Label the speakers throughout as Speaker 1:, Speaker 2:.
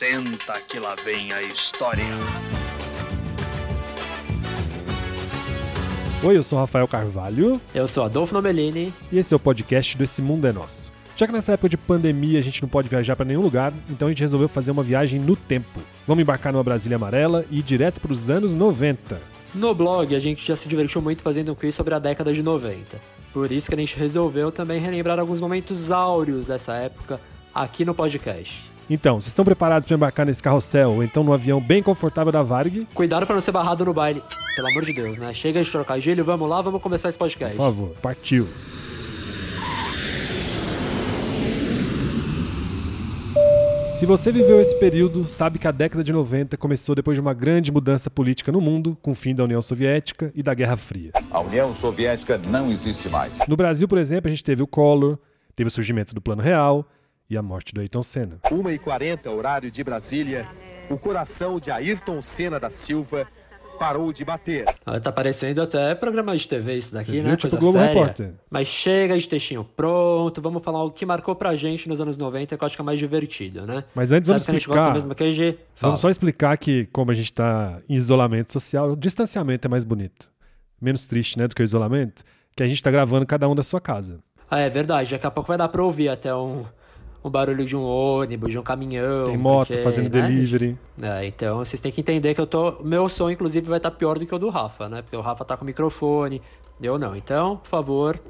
Speaker 1: Senta que lá vem a história.
Speaker 2: Oi, eu sou Rafael Carvalho
Speaker 3: Eu sou Adolfo Nomelini.
Speaker 2: e esse é o podcast do Esse Mundo é Nosso. Já que nessa época de pandemia a gente não pode viajar pra nenhum lugar, então a gente resolveu fazer uma viagem no tempo. Vamos embarcar numa Brasília amarela e ir direto pros anos 90.
Speaker 3: No blog, a gente já se divertiu muito fazendo um quiz sobre a década de 90. Por isso que a gente resolveu também relembrar alguns momentos áureos dessa época aqui no podcast.
Speaker 2: Então, vocês estão preparados pra embarcar nesse carrossel ou então no avião bem confortável da Varg?
Speaker 3: Cuidado pra não ser barrado no baile. Pelo amor de Deus, né? Chega de trocadilho, vamos lá, vamos começar esse podcast.
Speaker 2: Por favor, partiu. Se você viveu esse período, sabe que a década de 90 começou depois de uma grande mudança política no mundo, com o fim da União Soviética e da Guerra Fria.
Speaker 4: A União Soviética não existe mais.
Speaker 2: No Brasil, por exemplo, a gente teve o Collor, teve o surgimento do Plano Real e a morte do Ayrton Senna.
Speaker 5: 1h40, horário de Brasília, o coração de Ayrton Senna da Silva parou de bater.
Speaker 3: Ah, Tá parecendo até programa de TV isso daqui,
Speaker 2: Você
Speaker 3: né?
Speaker 2: viu? Tipo
Speaker 3: Coisa
Speaker 2: Globo
Speaker 3: séria.
Speaker 2: Repórter.
Speaker 3: Mas chega de textinho pronto, vamos falar o que marcou pra gente nos anos 90, que eu acho que é mais divertido, né?
Speaker 2: Mas antes
Speaker 3: Sabe
Speaker 2: vamos
Speaker 3: que a gente
Speaker 2: explicar.
Speaker 3: gosta mesmo que é de... Fala.
Speaker 2: Vamos só explicar que, como a gente está em isolamento social, o distanciamento é mais bonito. Menos triste, né, do que o isolamento, que a gente está gravando cada um da sua casa.
Speaker 3: Ah, é verdade. Daqui a pouco vai dar pra ouvir até um, um barulho de um ônibus, de um caminhão.
Speaker 2: Tem moto
Speaker 3: porque,
Speaker 2: fazendo
Speaker 3: né?
Speaker 2: delivery.
Speaker 3: É, então vocês têm que entender que eu tô. Meu som, inclusive, vai estar pior do que o do Rafa, né? Porque o Rafa tá com o microfone, eu não. Então, por favor,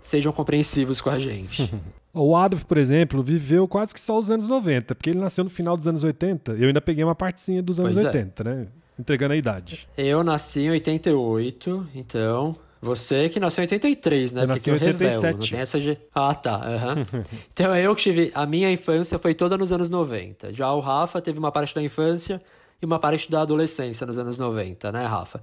Speaker 3: sejam compreensivos com a gente.
Speaker 2: O Adolf, por exemplo, viveu quase que só os anos 90, porque ele nasceu no final dos anos 80. Eu ainda peguei uma partezinha dos anos
Speaker 3: Pois é.
Speaker 2: 80, né? Entregando a idade.
Speaker 3: eu nasci em 88, então. Você que nasceu em 83, né?
Speaker 2: Eu nasci
Speaker 3: Porque
Speaker 2: em
Speaker 3: tem o Revelo,
Speaker 2: 87.
Speaker 3: não tem essa ge- Ah, tá. aham. então eu que tive. A minha infância foi toda nos anos 90. Já o Rafa teve uma parte da infância e uma parte da adolescência nos anos 90, né, Rafa?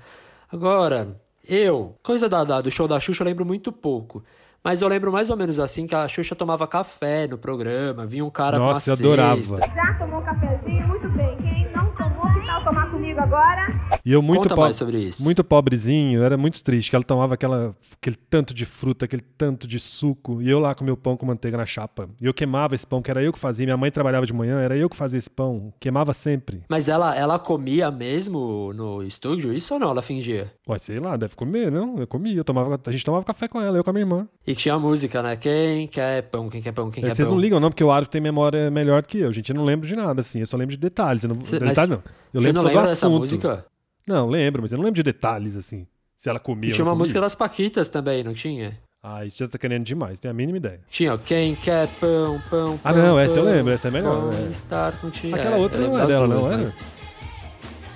Speaker 3: Agora, eu, coisa da, da- do show da Xuxa, eu lembro muito pouco. Mas eu lembro mais ou menos assim que a Xuxa tomava café no programa, vinha um cara com uma
Speaker 2: Nossa, eu adorava.
Speaker 3: cesta.
Speaker 6: Já tomou um cafezinho? Muito bem. Quem não tomou, que tal tomar comigo agora?
Speaker 2: E eu muito
Speaker 3: Conta
Speaker 2: po-
Speaker 3: mais sobre isso.
Speaker 2: Muito pobrezinho, era muito triste, que ela tomava aquela, aquele tanto de fruta, aquele tanto de suco, e eu lá com meu pão com manteiga na chapa. E eu queimava esse pão, que era eu que fazia, minha mãe trabalhava de manhã, era eu que fazia esse pão, queimava sempre.
Speaker 3: Mas ela, ela comia mesmo no estúdio, isso ou não? Ela fingia?
Speaker 2: Ué, sei lá, deve comer, não? Eu comia, eu tomava, a gente tomava café com ela, eu com a minha irmã.
Speaker 3: E tinha a música, né? Quem quer pão, quem quer pão, quem quer
Speaker 2: É, Vocês
Speaker 3: pão.
Speaker 2: não ligam, não, porque o Aro tem memória melhor do que eu, gente. Eu não lembro de nada, assim. Eu só lembro de detalhes. Eu não,
Speaker 3: Cê- mas
Speaker 2: detalhes não. Eu
Speaker 3: Você
Speaker 2: lembro
Speaker 3: não
Speaker 2: sobre o
Speaker 3: lembra dessa
Speaker 2: assunto.
Speaker 3: música?
Speaker 2: Não, lembro, mas eu não lembro de detalhes, assim. Se ela comia.
Speaker 3: E
Speaker 2: ou
Speaker 3: tinha
Speaker 2: não
Speaker 3: uma
Speaker 2: comia.
Speaker 3: música das Paquitas também, não tinha?
Speaker 2: Ah, isso já tá querendo demais, tem a mínima ideia.
Speaker 3: Tinha, ó, quem quer pão, pão, pão.
Speaker 2: Ah, não, essa eu
Speaker 3: pão,
Speaker 2: lembro, essa é melhor,
Speaker 3: pão,
Speaker 2: é.
Speaker 3: estar contigo.
Speaker 2: Aquela
Speaker 3: É,
Speaker 2: outra
Speaker 3: eu
Speaker 2: não
Speaker 3: lembro
Speaker 2: é
Speaker 3: das
Speaker 2: dela,
Speaker 3: duas,
Speaker 2: não era?
Speaker 3: mas-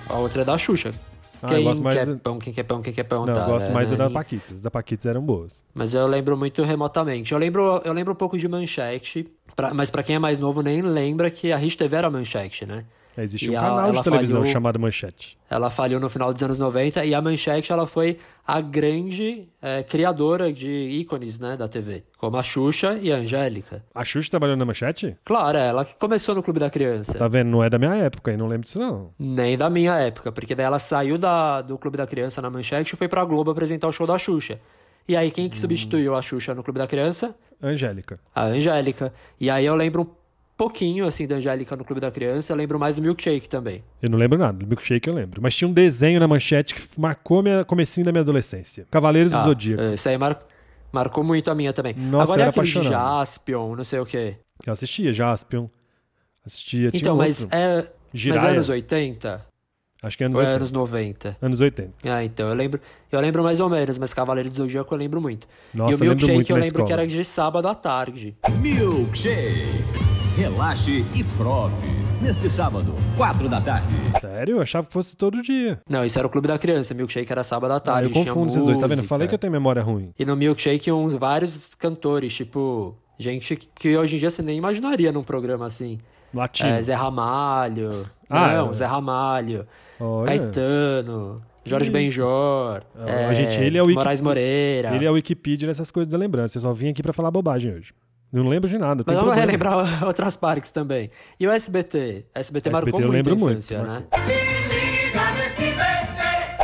Speaker 3: A outra é da Xuxa.
Speaker 2: Ah, eu
Speaker 3: quem
Speaker 2: gosto mais.
Speaker 3: quer
Speaker 2: da-
Speaker 3: pão, quem quer pão, quem quer pão.
Speaker 2: Não,
Speaker 3: tá,
Speaker 2: eu gosto
Speaker 3: né,
Speaker 2: mais é da
Speaker 3: né,
Speaker 2: da Paquitas. Da Paquitas eram boas.
Speaker 3: Mas eu lembro muito remotamente. Eu lembro, eu lembro um pouco de Manchete, pra- mas pra quem é mais novo nem lembra que a Rede TV era Manchete, né?
Speaker 2: É, existe
Speaker 3: E
Speaker 2: um
Speaker 3: a-
Speaker 2: canal de
Speaker 3: ela
Speaker 2: televisão
Speaker 3: falhou-
Speaker 2: chamado Manchete.
Speaker 3: Ela falhou no final dos anos 90 e a Manchete ela foi a grande eh, criadora de ícones né, da TV, como a Xuxa e a Angélica.
Speaker 2: A Xuxa trabalhou na Manchete?
Speaker 3: Claro, é ela que começou no Clube da Criança.
Speaker 2: Tá vendo? Não é da minha época, e não lembro disso, não.
Speaker 3: Nem da minha época, porque daí ela saiu da- do Clube da Criança na Manchete e foi pra Globo apresentar o show da Xuxa. E aí
Speaker 2: Hum.
Speaker 3: quem que substituiu a Xuxa no Clube da Criança?
Speaker 2: Angélica.
Speaker 3: A Angélica. E aí eu lembro um pouquinho assim da Angélica no Clube da Criança, eu lembro mais do Milkshake também.
Speaker 2: Eu não lembro nada, do milkshake eu lembro. Mas tinha um desenho na manchete que marcou minha comecinho da minha adolescência. Cavaleiros do
Speaker 3: Ah,
Speaker 2: Zodíaco.
Speaker 3: é, Isso aí mar- marcou muito a minha também.
Speaker 2: Nossa,
Speaker 3: Agora
Speaker 2: eu era
Speaker 3: é aquele de
Speaker 2: apaixonado.
Speaker 3: Jaspion, não sei o quê.
Speaker 2: Eu assistia Jaspion. Assistia, tinha
Speaker 3: então,
Speaker 2: um
Speaker 3: mas
Speaker 2: outro.
Speaker 3: é. Mas
Speaker 2: Jiraya.
Speaker 3: anos 80?
Speaker 2: Acho que é anos
Speaker 3: Ou é
Speaker 2: 80.
Speaker 3: anos 90?
Speaker 2: Anos 80.
Speaker 3: Ah, então eu lembro. Eu lembro mais ou menos, mas Cavaleiros do Zodíaco eu lembro muito.
Speaker 2: Nossa,
Speaker 3: e o
Speaker 2: eu lembro
Speaker 3: Milkshake
Speaker 2: muito
Speaker 3: eu
Speaker 2: na
Speaker 3: lembro que
Speaker 2: escola.
Speaker 3: era de sábado à tarde.
Speaker 4: Milkshake. Relaxe e prove. Neste sábado, quatro da tarde.
Speaker 2: Sério? Eu achava que fosse todo dia.
Speaker 3: Não, isso era o Clube da Criança. Milkshake era sábado à
Speaker 2: Ah,
Speaker 3: tarde.
Speaker 2: eu confundo
Speaker 3: tinha
Speaker 2: esses dois, tá vendo? Eu
Speaker 3: música.
Speaker 2: Falei que eu tenho memória ruim.
Speaker 3: E no Milkshake uns vários cantores, tipo. Gente que hoje em dia você nem imaginaria num programa assim.
Speaker 2: Latino.
Speaker 3: É, Zé Ramalho.
Speaker 2: Ah,
Speaker 3: não,
Speaker 2: é.
Speaker 3: Zé Ramalho.
Speaker 2: Olha.
Speaker 3: Caetano. Jorge Benjor.
Speaker 2: Ah, gente, ele é o Wiki-
Speaker 3: Moraes Moreira.
Speaker 2: Ele é o Wikipedia nessas coisas da lembrança. Eu só vim aqui pra falar bobagem hoje. Eu não lembro de nada. tem
Speaker 3: Mas vamos
Speaker 2: problema.
Speaker 3: relembrar outras parques também. E o SBT? SBT,
Speaker 2: SBT
Speaker 3: marcou
Speaker 2: eu
Speaker 3: muito
Speaker 2: lembro Tá
Speaker 3: a
Speaker 2: muito,
Speaker 3: infância, né?
Speaker 2: marcou.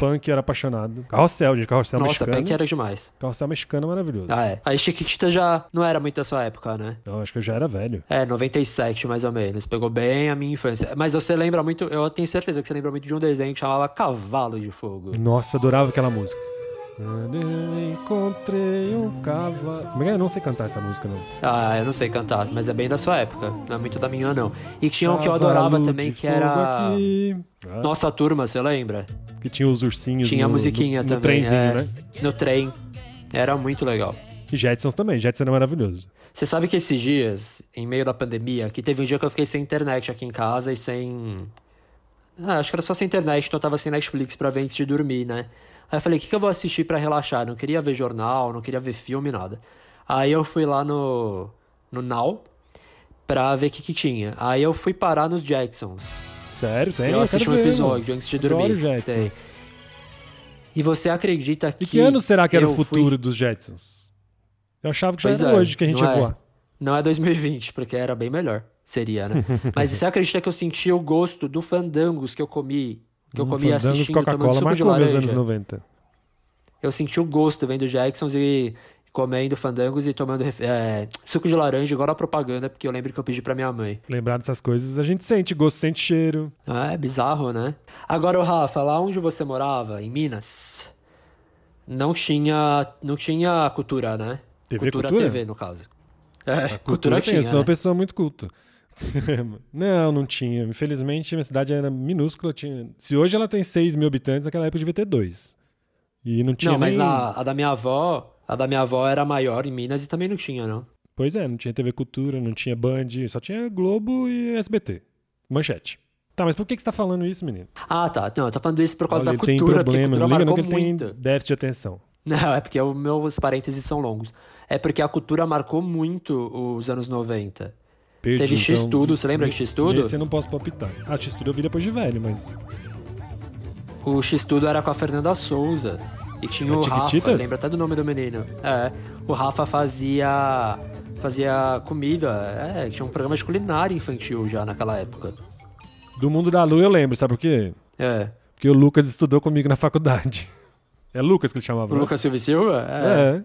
Speaker 2: Punk era apaixonado. Carrossel, gente, carrossel
Speaker 3: Nossa,
Speaker 2: mexicano.
Speaker 3: Punk era demais.
Speaker 2: Carrossel mexicano é maravilhoso.
Speaker 3: Ah, é. Aí Chiquitita já não era muito a sua época, né?
Speaker 2: Eu acho que eu já era velho.
Speaker 3: É, 97 mais ou menos. Pegou bem a minha infância. Mas você lembra muito, eu tenho certeza que você lembra muito de um desenho que chamava Cavalo de Fogo.
Speaker 2: Nossa, adorava aquela música. Quando eu Encontrei um cavalo. Como é que é? Eu não sei cantar essa música, não.
Speaker 3: Ah, eu não sei cantar, mas é bem da sua época. Não é muito da minha, não. E tinha um que eu
Speaker 2: Cavalo
Speaker 3: adorava
Speaker 2: de
Speaker 3: também, que
Speaker 2: fogo
Speaker 3: era.
Speaker 2: aqui. Ah,
Speaker 3: Nossa turma, você lembra?
Speaker 2: Que tinha os ursinhos.
Speaker 3: Tinha a
Speaker 2: no- no-
Speaker 3: musiquinha
Speaker 2: no,
Speaker 3: também.
Speaker 2: trenzinho,
Speaker 3: é,
Speaker 2: né?
Speaker 3: No trem. Era muito legal.
Speaker 2: E Jetsons também. Jetsons era maravilhoso.
Speaker 3: Você sabe que esses dias, em meio da pandemia, que teve um dia que eu fiquei sem internet aqui em casa e sem. Ah, acho que era só sem internet, então eu tava sem Netflix pra ver antes de dormir, né? Aí eu falei, o que, que eu vou assistir pra relaxar? Não queria ver jornal, não queria ver filme, nada. Aí eu fui lá no. no Now pra ver o que, que tinha. Aí eu fui parar nos Jacksons.
Speaker 2: Sério, tem?
Speaker 3: eu assisti
Speaker 2: quero
Speaker 3: um
Speaker 2: ver,
Speaker 3: episódio
Speaker 2: mano.
Speaker 3: antes de
Speaker 2: Adoro
Speaker 3: dormir. Tem.
Speaker 2: Jetsons.
Speaker 3: E você acredita que.
Speaker 2: E que ano será que era o
Speaker 3: eu fui-
Speaker 2: futuro dos Jetsons? Eu achava que já
Speaker 3: Pois
Speaker 2: era
Speaker 3: é,
Speaker 2: hoje que a gente ia
Speaker 3: não é?
Speaker 2: voar.
Speaker 3: Não é 2020, porque era bem melhor. Seria, né? Mas você acredita que eu senti o gosto do fandangos que eu comi? Que eu
Speaker 2: Hum,
Speaker 3: comi
Speaker 2: Fandangos,
Speaker 3: assistindo, tomando
Speaker 2: Coca-Cola,
Speaker 3: suco de
Speaker 2: marcou meus
Speaker 3: laranja.
Speaker 2: anos 90.
Speaker 3: Eu senti o gosto vendo Jacksons e comendo fandangos e tomando ref- é, suco de laranja, igual a propaganda, porque eu lembro que eu pedi pra minha mãe.
Speaker 2: Lembrar dessas coisas, a gente sente gosto, sente cheiro.
Speaker 3: Ah, é bizarro, né? Agora, ô Rafa, lá onde você morava, em Minas, não tinha, não tinha cultura, né?
Speaker 2: TV
Speaker 3: cultura,
Speaker 2: cultura?
Speaker 3: TV, no caso. É, cultura,
Speaker 2: tem,
Speaker 3: tinha,
Speaker 2: eu sou uma
Speaker 3: né?
Speaker 2: pessoa muito culta. não, não tinha. Infelizmente, minha cidade era minúscula. Tinha... Se hoje ela tem 6 mil habitantes, naquela época devia ter 2. E não tinha
Speaker 3: Não, mas
Speaker 2: nem...
Speaker 3: a, a da minha avó, a da minha avó era maior em Minas e também não tinha, não.
Speaker 2: Pois é, não tinha TV Cultura, não tinha Band, só tinha Globo e SBT. Manchete. Tá, mas por que que você tá falando isso, menino?
Speaker 3: Ah, tá. Não, eu tô falando isso por causa
Speaker 2: Olha,
Speaker 3: da
Speaker 2: ele tem
Speaker 3: cultura, porque a
Speaker 2: problema,
Speaker 3: cultura
Speaker 2: não liga não
Speaker 3: marcou
Speaker 2: que ele tem
Speaker 3: muito.
Speaker 2: déficit de atenção.
Speaker 3: Não, é porque os meus parênteses são longos. É porque a cultura marcou muito os anos 90.
Speaker 2: Perdi, então,
Speaker 3: Teve X Tudo, você lembra de X Tudo?
Speaker 2: Esse eu não posso palpitar. Ah, X Tudo eu vi depois de velho, mas
Speaker 3: O X Tudo era com a Fernanda Souza. E tinha
Speaker 2: É
Speaker 3: o Rafa,
Speaker 2: Chiquititas?
Speaker 3: lembra até do nome do menino. É. O Rafa fazia. fazia comida. É, tinha um programa de culinária infantil já naquela época.
Speaker 2: do Mundo da Lua eu lembro, sabe por quê?
Speaker 3: É.
Speaker 2: Porque o Lucas estudou comigo na faculdade. É Lucas que ele chamava.
Speaker 3: O
Speaker 2: né?
Speaker 3: Lucas Silva e Silva?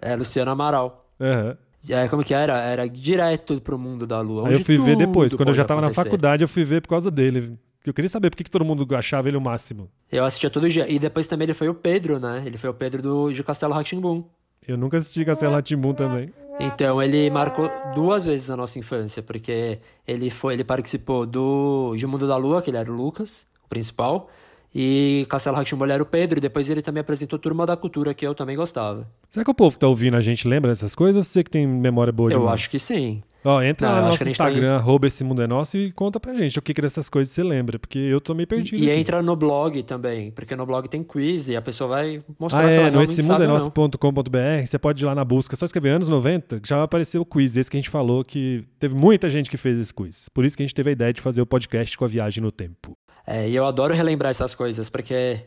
Speaker 3: É. é Luciano Amaral.
Speaker 2: Aham.
Speaker 3: É, como que era? Era direto pro mundo da lua.
Speaker 2: Aí eu
Speaker 3: onde
Speaker 2: fui ver
Speaker 3: tudo
Speaker 2: depois, quando eu
Speaker 3: pode
Speaker 2: já tava
Speaker 3: acontecer.
Speaker 2: na faculdade, eu fui ver por causa dele. Porque eu queria saber por que, que todo mundo achava ele o máximo.
Speaker 3: Eu assistia todo dia. E depois também ele foi o Pedro, né? Ele foi o Pedro do, de Castelo Ratimbum.
Speaker 2: Eu nunca assisti Castelo Timum também.
Speaker 3: Então ele marcou duas vezes a nossa infância, porque ele foi, ele participou do de Mundo da Lua, que ele era o Lucas, o principal, e Castelo Ratimbum ele era o Pedro, e depois ele também apresentou Turma da Cultura, que eu também gostava.
Speaker 2: Será que o povo que tá ouvindo a gente lembra dessas coisas ou você que tem memória boa
Speaker 3: eu
Speaker 2: demais?
Speaker 3: acho que sim.
Speaker 2: Ó, entra
Speaker 3: Não,
Speaker 2: lá
Speaker 3: eu
Speaker 2: no
Speaker 3: acho
Speaker 2: nosso
Speaker 3: que a gente tá
Speaker 2: Instagram, arroba esse mundo é nosso e conta pra gente o que, que dessas coisas você lembra, porque eu tô meio perdido.
Speaker 3: E
Speaker 2: aqui.
Speaker 3: entra no blog também, porque no blog tem quiz e a pessoa vai mostrar
Speaker 2: Ah,
Speaker 3: se ela
Speaker 2: é, no
Speaker 3: realmente sabe ou não.
Speaker 2: essemundoenosso.com.br, você pode ir lá na busca, só escrever anos 90, que já vai aparecer o quiz, esse que a gente falou que teve muita gente que fez esse quiz. Por isso que a gente teve a ideia de fazer o podcast com a viagem no tempo.
Speaker 3: É, e eu adoro relembrar essas coisas, porque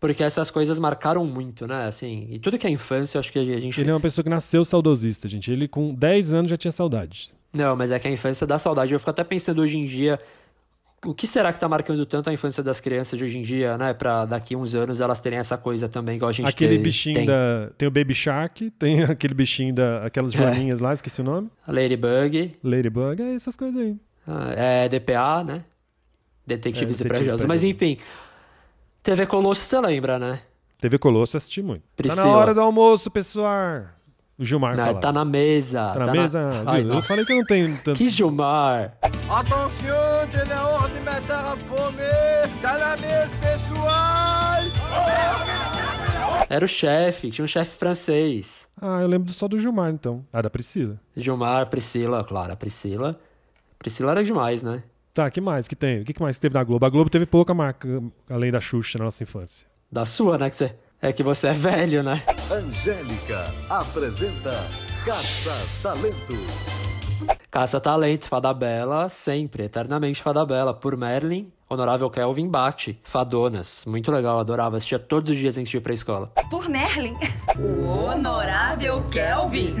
Speaker 3: porque essas coisas marcaram muito, né? Assim, e tudo que é infância, eu acho que a gente
Speaker 2: Ele é uma pessoa que nasceu saudosista, gente. Ele com 10 anos já tinha saudade.
Speaker 3: Não, mas é que a infância dá saudade. Eu fico até pensando hoje em dia, o que será que tá marcando tanto a infância das crianças de hoje em dia, né? Pra daqui uns anos elas terem essa coisa também, igual a gente
Speaker 2: Aquele
Speaker 3: teve-
Speaker 2: bichinho
Speaker 3: tem.
Speaker 2: da. Tem o Baby Shark, tem aquele bichinho da. Aquelas
Speaker 3: É.
Speaker 2: joaninhas lá, esqueci o nome.
Speaker 3: A Ladybug,
Speaker 2: Ladybug, é essas coisas aí.
Speaker 3: ah, é, DPA, né?
Speaker 2: É,
Speaker 3: Detetives e
Speaker 2: Detetives
Speaker 3: Prejosos.
Speaker 2: e
Speaker 3: Mas enfim, TV Colosso você lembra, né?
Speaker 2: TV Colosso eu assisti muito. Tá na
Speaker 3: Priscila.
Speaker 2: hora do almoço, pessoal. O Gilmar
Speaker 3: Não,
Speaker 2: falava.
Speaker 3: tá na mesa.
Speaker 2: Tá na mesa?
Speaker 3: Ai,
Speaker 2: viu? Eu
Speaker 3: nossa.
Speaker 2: falei que eu não tenho tanto.
Speaker 3: Que Gilmar!
Speaker 7: Atenção, tá na hora de matar a fome! Tá na mesa, pessoal!
Speaker 3: Era o chefe, tinha um chefe francês.
Speaker 2: Ah, eu lembro só do Gilmar, então. Ah, da Priscila.
Speaker 3: Gilmar, Priscila, claro, a Priscila. Priscila era demais, né?
Speaker 2: Tá, que mais que tem? O que que mais teve na Globo? A Globo teve pouca marca, além da Xuxa, na nossa infância.
Speaker 3: Da sua, né? Que você... É que você é velho, né?
Speaker 7: Angélica apresenta Caça Talentos.
Speaker 3: Caça Talentos, Fada Bela, sempre, eternamente Fada Bela, por Merlin, Honorável Kelvin Bate, Fadonas, muito legal, adorava, assistia todos os dias antes de ir pra escola.
Speaker 8: Por Merlin. O honorável Kelvin.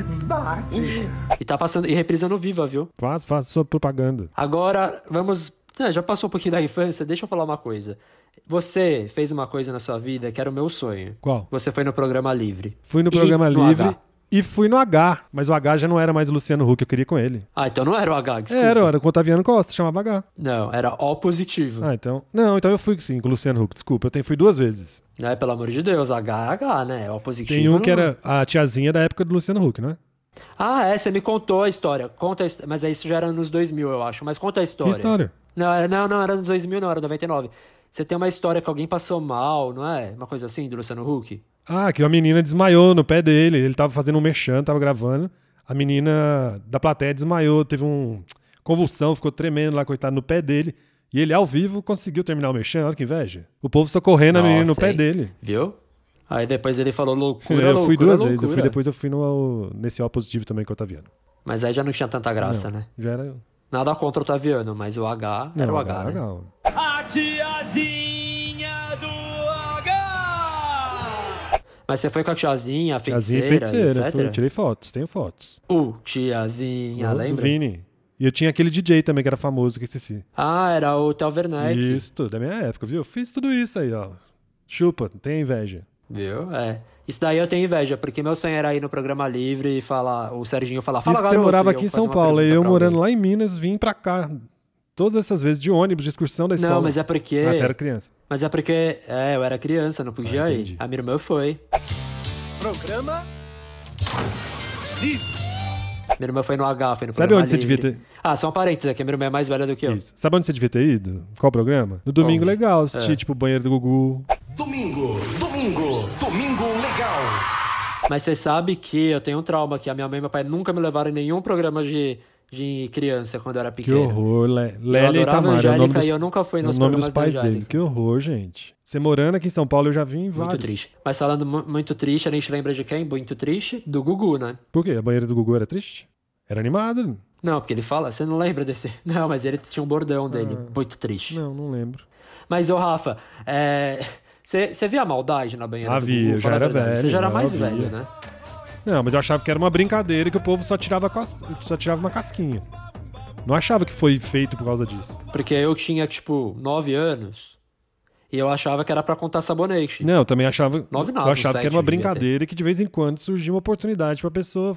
Speaker 3: E tá passando, e reprisando viva, viu?
Speaker 2: Faz, faz sua propaganda.
Speaker 3: Agora, vamos Tá, já passou um pouquinho da infância, deixa eu falar uma coisa. Você fez uma coisa na sua vida que era o meu sonho.
Speaker 2: Qual?
Speaker 3: Você foi no programa livre.
Speaker 2: Fui no
Speaker 3: E
Speaker 2: programa
Speaker 3: no
Speaker 2: livre
Speaker 3: H.
Speaker 2: e fui no H, mas o H já não era mais Luciano Huck, eu queria ir com ele.
Speaker 3: Ah, então não era o H, desculpa.
Speaker 2: Era, era com o Otaviano Costa, chamava H.
Speaker 3: Não, era O positivo.
Speaker 2: Ah, então. Não, então eu fui sim, com o Luciano Huck, desculpa. Eu tenho, fui duas vezes.
Speaker 3: Né, pelo amor de Deus, H é H, né? O positivo.
Speaker 2: Tem um
Speaker 3: não- é.
Speaker 2: que era a tiazinha da época do Luciano Huck, né?
Speaker 3: Ah, é, você me contou a história. Conta a his- Mas aí isso já era nos 2000, eu acho. Mas conta a
Speaker 2: Que
Speaker 3: história.
Speaker 2: história?
Speaker 3: Não, era- não, não, era nos 2000, não, era 99. Você tem uma história que alguém passou mal, não é? Uma coisa assim, do Luciano Huck?
Speaker 2: Ah, que uma menina desmaiou no pé dele. Ele tava fazendo um merchan, tava gravando. A menina da plateia desmaiou, teve um convulsão, ficou tremendo lá, coitado, no pé dele. E ele, ao vivo, conseguiu terminar o merchan. Olha que inveja. O povo socorrendo a menina no
Speaker 3: Nossa,
Speaker 2: pé
Speaker 3: hein?
Speaker 2: dele.
Speaker 3: Viu? Aí depois ele falou loucura,
Speaker 2: eu fui
Speaker 3: loucura,
Speaker 2: duas
Speaker 3: loucura.
Speaker 2: vezes. Eu fui, depois eu fui no, ao- nesse O positivo também com o Otaviano.
Speaker 3: Mas aí já não tinha tanta graça, né?
Speaker 2: Já era.
Speaker 3: Nada contra o Otaviano, mas o H era
Speaker 2: Não,
Speaker 3: o H, né?
Speaker 2: legal.
Speaker 3: Mas você foi com a tiazinha, a
Speaker 2: Tiazinha
Speaker 3: feiticeira,
Speaker 2: e feiticeira. tipo,
Speaker 3: etc?
Speaker 2: fui- eu tirei fotos, tenho fotos.
Speaker 3: O tiazinha,
Speaker 2: Do- do
Speaker 3: lembra?
Speaker 2: Vini. E eu tinha aquele DJ também que era famoso, que eu esqueci.
Speaker 3: Ah, era o Theo Werneck.
Speaker 2: Isso, da minha época, viu? Eu Fiz tudo isso aí, ó. Chupa, não tem inveja.
Speaker 3: Viu? É. Isso daí eu tenho inveja, porque meu sonho era ir no programa livre e falar, o Serginho falar, fala
Speaker 2: Diz que você
Speaker 3: garoto",
Speaker 2: morava
Speaker 3: e eu
Speaker 2: aqui em
Speaker 3: fazer
Speaker 2: São
Speaker 3: uma
Speaker 2: Paulo e
Speaker 3: pergunta
Speaker 2: eu
Speaker 3: pra
Speaker 2: morando
Speaker 3: alguém.
Speaker 2: lá em Minas vim pra cá. Todas essas vezes de ônibus, de excursão da escola.
Speaker 3: Não, mas é porque.
Speaker 2: Ah, você era criança.
Speaker 3: Mas é porque. É, eu era criança, não podia
Speaker 2: Ah, entendi.
Speaker 3: ir. A minha irmã foi.
Speaker 7: Programa
Speaker 3: Minha irmã foi no H, foi no
Speaker 2: Sabe
Speaker 3: programa
Speaker 2: onde você
Speaker 3: livre.
Speaker 2: devia ter-
Speaker 3: Ah, só um parênteses aqui, minha irmã é mais velha do que eu.
Speaker 2: Isso. Sabe onde você devia ter ido? Qual programa? No domingo
Speaker 3: Onde?
Speaker 2: legal, assistir, tipo, o banheiro do Gugu.
Speaker 3: Mas você sabe que eu tenho um trauma que a minha mãe e meu pai nunca me levaram em nenhum programa de, de criança quando eu era
Speaker 2: Que
Speaker 3: pequeno.
Speaker 2: horror, Le... Lélia e
Speaker 3: é? adorava
Speaker 2: Tamara. é o nome
Speaker 3: Angélica
Speaker 2: dos...
Speaker 3: e eu nunca fui
Speaker 2: é
Speaker 3: nos
Speaker 2: o nome dos
Speaker 3: programas da
Speaker 2: pais
Speaker 3: Angélica.
Speaker 2: dele. Que horror, gente. Você morando aqui em São Paulo, eu já vim em
Speaker 3: Muito
Speaker 2: vários.
Speaker 3: triste. Mas falando mu- muito triste, a gente lembra de quem? Muito triste? Do Gugu, né?
Speaker 2: Por quê? A banheira do Gugu era triste? Era animado?
Speaker 3: Não, porque ele fala, você não lembra desse. Não, mas ele tinha um bordão dele, muito triste.
Speaker 2: Ah. Não, não lembro.
Speaker 3: Mas, ô Rafa, é, você você via a maldade na banheira
Speaker 2: Ah,
Speaker 3: do
Speaker 2: vi,
Speaker 3: Gugu?
Speaker 2: eu já
Speaker 3: Fala a
Speaker 2: era
Speaker 3: verdade.
Speaker 2: velho,
Speaker 3: Você já era
Speaker 2: já
Speaker 3: mais
Speaker 2: via.
Speaker 3: velho, né?
Speaker 2: Não, mas eu achava que era uma brincadeira e que o povo só tirava, cos- só tirava uma casquinha. Não achava que foi feito por causa disso.
Speaker 3: Porque eu tinha, tipo, nove anos e eu achava que era pra contar sabonete.
Speaker 2: Não, eu também achava.
Speaker 3: Nove nada,
Speaker 2: eu achava
Speaker 3: sete
Speaker 2: que era uma
Speaker 3: hoje em dia
Speaker 2: brincadeira e que de vez em quando surgia uma oportunidade pra pessoa.